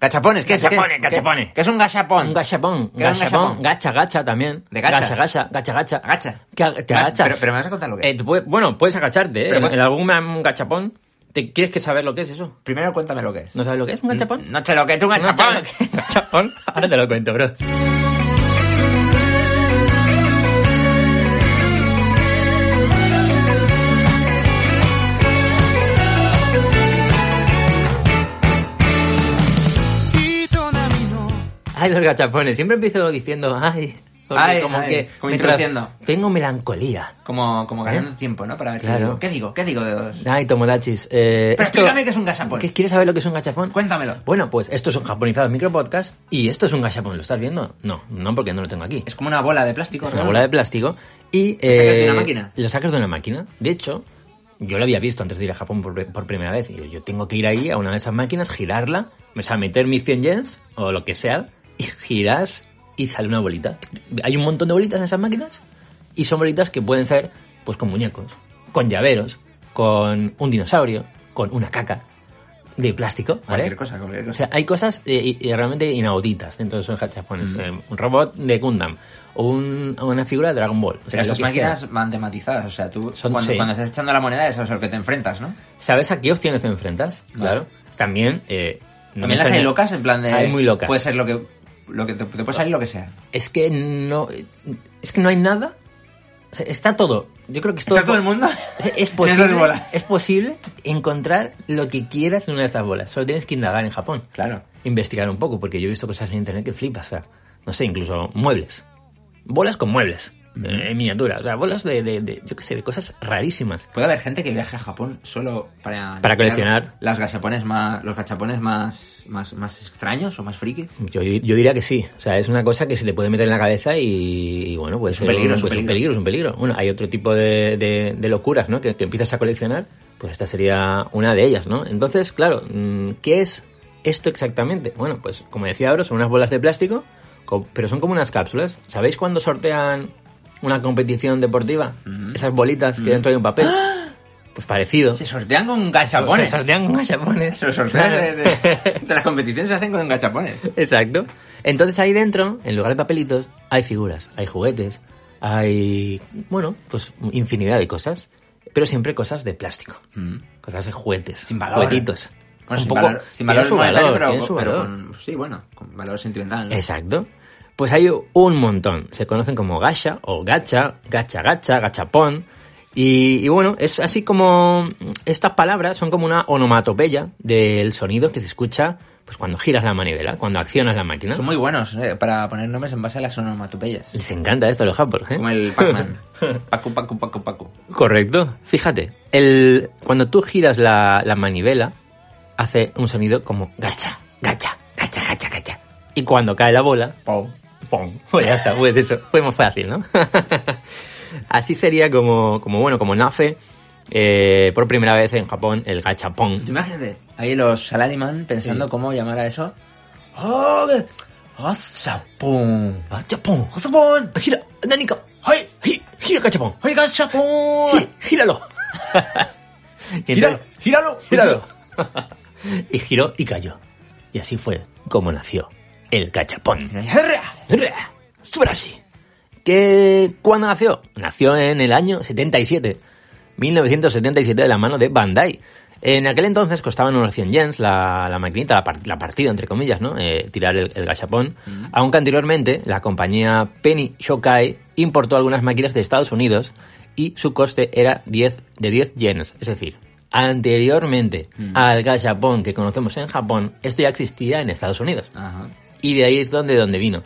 Gachapones, ¿qué es? Gachapone, ¿Qué- gachapone. ¿Qué, qué es un gachapón? Un gachapón, ¿Qué es un gachapón, gachapón? gacha, gacha también. De gachas. Gacha, gacha, gacha, gacha. Agacha. Que ag- te Vas- agachas. Pero, pero me vas a contar lo que Eh, es. tú puedes- bueno, puedes agacharte, ¿eh? Pero en, bueno. en algún ma- un gachapón. ¿Te, ¿Quieres que saber lo que es eso? Primero cuéntame lo que es. ¿No sabes lo que es un gachapón? No sé lo que es un Un gachapón. gachapón. Ahora te lo cuento, bro. Ay, los gachapones. Siempre empiezo diciendo, ay, porque Ay, como ay, que como me introduciendo. tras- tengo melancolía. Como, como ganando ¿Eh? tiempo, ¿no? Para ver qué Claro. digo. qué digo. ¿Qué digo de los...? Ay, Tomodachis. Eh, Pero explícame qué es un gachapón. ¿Qué- ¿Quieres saber lo que es un gachapón? Cuéntamelo. Bueno, pues esto es un japonizado micropodcast y esto es un gachapón. ¿Lo estás viendo? No, no porque no lo tengo aquí. Es como una bola de plástico. Es una ¿no? bola de plástico y... eh, ¿Lo sacas de una máquina? Lo sacas de una máquina. De hecho, yo lo había visto antes de ir a Japón por, por primera vez. Y yo, yo tengo que ir ahí a una de esas máquinas, girarla, o sea, meter mis 100 yens o lo que sea, y giras y sale una bolita. Hay un montón de bolitas en esas máquinas y son bolitas que pueden ser pues con muñecos, con llaveros, con un dinosaurio, con una caca de plástico, ¿vale? Cualquier cosa, cualquier cosa. O sea, hay cosas eh, y- y realmente inauditas dentro de esos gachapones. Eh, Mm. un robot de Gundam o un- o una figura de Dragon Ball. O sea, Pero lo esas que máquinas sea. van tematizadas, o sea, tú Son- cuando, sí. cuando estás echando la moneda eso es a lo que te enfrentas, ¿no? ¿Sabes a qué opciones te enfrentas? Claro. También... eh, no me También las hay extraña- locas, en plan de... pues- Hay muy locas. Puede ser lo que... Lo que te, te puede salir lo que sea. Es que no... Es que no hay nada... O sea, está todo. Yo creo que es todo... ¿Está todo el mundo? Es- Es En esas posible, bolas. es posible encontrar lo que quieras en una de estas bolas. Solo tienes que indagar en Japón. Claro. investigar un poco, porque yo he visto cosas en internet que flipas, o sea, no sé, incluso muebles. Bolas con muebles, eh, en miniatura, o sea, bolas de, de- de, yo qué sé, de cosas rarísimas. Puede haber gente que viaje a Japón solo para... Para coleccionar. Las gachapones más, los gachapones más, más, más extraños o más frikis. Yo, yo diría que sí, o sea, es una cosa que se te puede meter en la cabeza y, y bueno, puede ser peligro, es un pues, peligro. es un peligro. Bueno, hay otro tipo de, de- de locuras, ¿no? Que, que empiezas a coleccionar, pues esta sería una de ellas, ¿no? Entonces, claro, mm, ¿qué es esto exactamente? Bueno, pues como decía ahora, son unas bolas de plástico, co- pero son como unas cápsulas. ¿Sabéis cuando sortean una competición deportiva? Esas bolitas que dentro hay un papel. ¡Ah! Pues parecido. Se sortean con gachapones. Se sortean con gachapones. Se los sorteos Claro. de, de- de las competiciones se hacen con gachapones. Exacto. Entonces ahí dentro, en lugar de papelitos, hay figuras, hay juguetes, hay, bueno, pues infinidad de cosas, pero siempre cosas de plástico, cosas de juguetes, Sin valor. juguetitos. Bueno, sin, Mm. Un poco- valor, sin tiene valor su monetario, valor, tiene pero, su pero valor. con, pues sí, bueno, con valor sentimental. ¿no? Exacto. Pues hay un montón. Se conocen como gacha o gacha, gacha gacha, gachapón. Y, y bueno, es así como estas palabras son como una onomatopeya del sonido que se escucha pues cuando giras la manivela, cuando accionas la máquina. Son muy buenos eh, para poner nombres en base a las onomatopeyas. Les encanta esto a los japoneses. ¿eh? Como el Pac-Man. Pacu, pacu, pacu, pacu. Correcto. Fíjate, el, cuando tú giras la, la manivela, hace un sonido como gacha, gacha, gacha, gacha, gacha. Y cuando cae la bola, Pau. ¡pum! Pues ya está, pues eso, fue más fácil, ¿no? Así sería como, como bueno, como nace eh, por primera vez en Japón el gachapón. Tú Imagínate, ahí los salaryman pensando cómo llamar a eso. ¡Oh! qué- ¡Gachapón! ¡Gachapón! ¡Gachapón! ¡Gira! ¡Danica! ¡Ay! ¡Gi- ¡Gira gachapón! ¡Ay, gachapón! ¡Gi- ¡Gíralo! Y ¡Gíralo! entonces- ¡Gíralo! ¡Gíralo! y giró y cayó. Y así fue como nació el gachapón. Subarashi. ¿Qué, ¿Cuándo nació? Nació en el año 77, 1977, de la mano de Bandai. En aquel entonces costaban unos 100 yens la, la maquinita, la, par- la partida, entre comillas, ¿no? Eh, tirar el, el gachapón. Aunque anteriormente la compañía Penny Shokai importó algunas máquinas de Estados Unidos y su coste era 10, de 10 yens. Es decir, anteriormente al gachapón que conocemos en Japón, esto ya existía en Estados Unidos. Ajá. Y de ahí es donde, donde vino.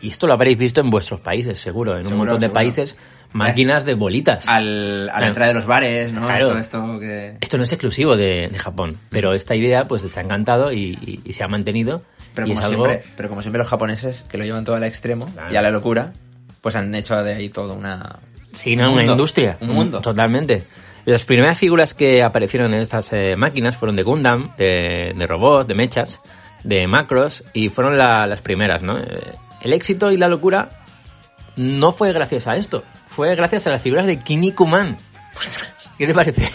Y esto lo habréis visto en vuestros países, seguro, en Seguro, un montón de seguro. países, máquinas de bolitas. Ah. Al, a la Claro. entrada de los bares, ¿no? Claro. Todo esto que... Esto no es exclusivo de, de Japón, pero esta idea pues les ha encantado y, y- y se ha mantenido. Pero Y como, es algo- siempre, pero como siempre los japoneses, que lo llevan todo al extremo Claro. y a la locura, pues han hecho de ahí toda una... Sí, no, Un una mundo. industria. Un mundo. Totalmente. Las primeras figuras que aparecieron en estas eh, máquinas fueron de Gundam, de, de robots, de mechas, de macros, y fueron la- las primeras, ¿no? Eh, El éxito y la locura no fue gracias a esto, fue gracias a las figuras de Kinnikuman. ¿Qué te parece?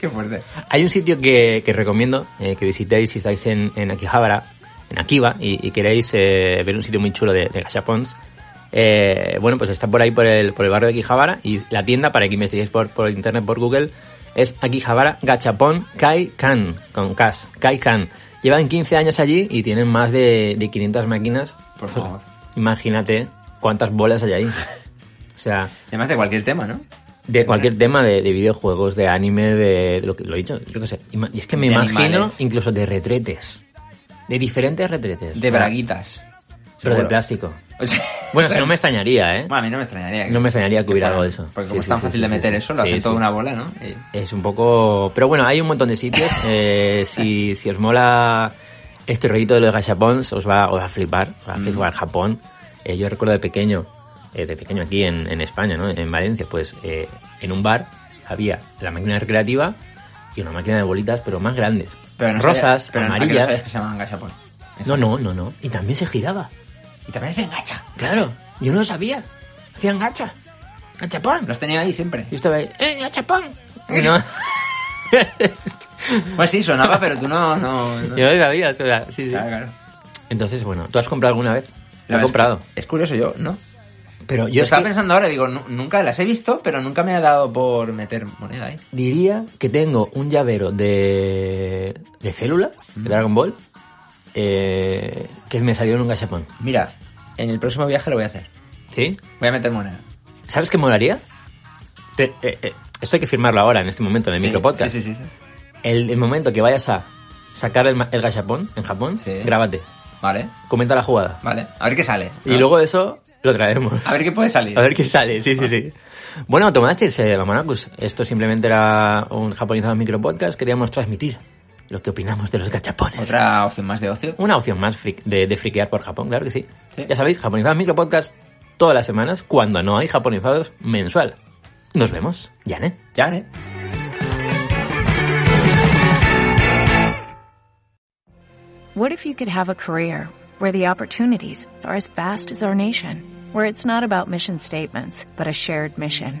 Qué fuerte. Hay un sitio que, que recomiendo eh, que visitéis si estáis en, en Akihabara, en Akiba, y, y queréis eh, ver un sitio muy chulo de, de gachapons. Eh, bueno, pues está por ahí, por el, por el barrio de Akihabara, y la tienda, para que investiguéis por, por internet, por Google, es Akihabara Gachapon Kai Kan, con Kas, Kai Kan. Llevan 15 años allí y tienen más de, de 500 máquinas. Por favor. Imagínate cuántas bolas hay ahí. O sea, Y Además de cualquier tema, ¿no? de cualquier tema de, de videojuegos, de anime, de, de lo que lo he dicho, yo qué sé. Ima- Y es que me De imagino animales. incluso de retretes. De diferentes retretes. De O sea, braguitas. Pero de seguro. plástico. O sea, Bueno, que no me extrañaría, ¿eh? bueno, a mí no me extrañaría. No me extrañaría que hubiera fuera, algo de eso. Porque Sí, como sí, es tan sí, fácil sí, de sí, meter sí. eso, lo Sí, hacen toda sí. una bola, ¿no? Y- Es un poco... Pero bueno, hay un montón de sitios. Eh, si, si os mola este rollito de los gachapons, os va, os va a flipar. Os Mm. va a flipar Japón. Eh, yo recuerdo de pequeño, eh, de pequeño aquí en, en España, ¿no? En Valencia, pues eh, en un bar había la máquina recreativa y una máquina de bolitas, pero más grandes. pero no sabía- Rosas, pero no- ¿a qué no sabías amarillas. que se llamaban gachapón. No, no, no, no. Y también se giraba. Y también dicen gacha. Claro, yo no lo sabía. Hacían gacha. Gachapón. Los tenía ahí siempre. Yo estaba ahí, ¡eh, gachapón! Y no... Pues sí, sonaba, pero tú no... no, no. Yo no sabía, o sea, sí, sí. Claro, claro. Entonces, bueno, ¿tú has comprado alguna vez? Lo he La verdad es que comprado. Es curioso yo, ¿no? Pero Yo yo es estaba que pensando ahora, digo, nu- nunca las he visto, pero nunca me ha dado por meter moneda ahí. diría que tengo un llavero de, de célula, de Dragon Ball, eh, que me salió en un gachapón. Mira, en el próximo viaje lo voy a hacer. ¿Sí? Voy a meter moneda. ¿Sabes qué molaría? Te- eh, eh, esto hay que firmarlo ahora, en este momento, en el Sí, micropodcast. Sí, sí, sí. El, el momento que vayas a sacar el, ma- el gachapón en Japón, Sí. grábate, Vale, comenta la jugada. vale. A ver qué sale. Y luego eso lo traemos. Ah. A ver qué puede salir. A ver qué sale, sí, sí, sí. Bueno, Tomodachi, eh, Mamanakus, esto simplemente era un japonizado micropodcast. Queríamos transmitir lo que opinamos de los gachapones. Otra opción más de ocio. Una opción más freak- de, de friquear por Japón, claro que sí. Sí. Ya sabéis, japonizados micropodcast todas las semanas, cuando no hay japonizados mensual. Nos vemos, Yane. Ya, ¿eh? What if you could have a career where the opportunities are as vast as our nation, where it's not about mission statements, but a shared mission?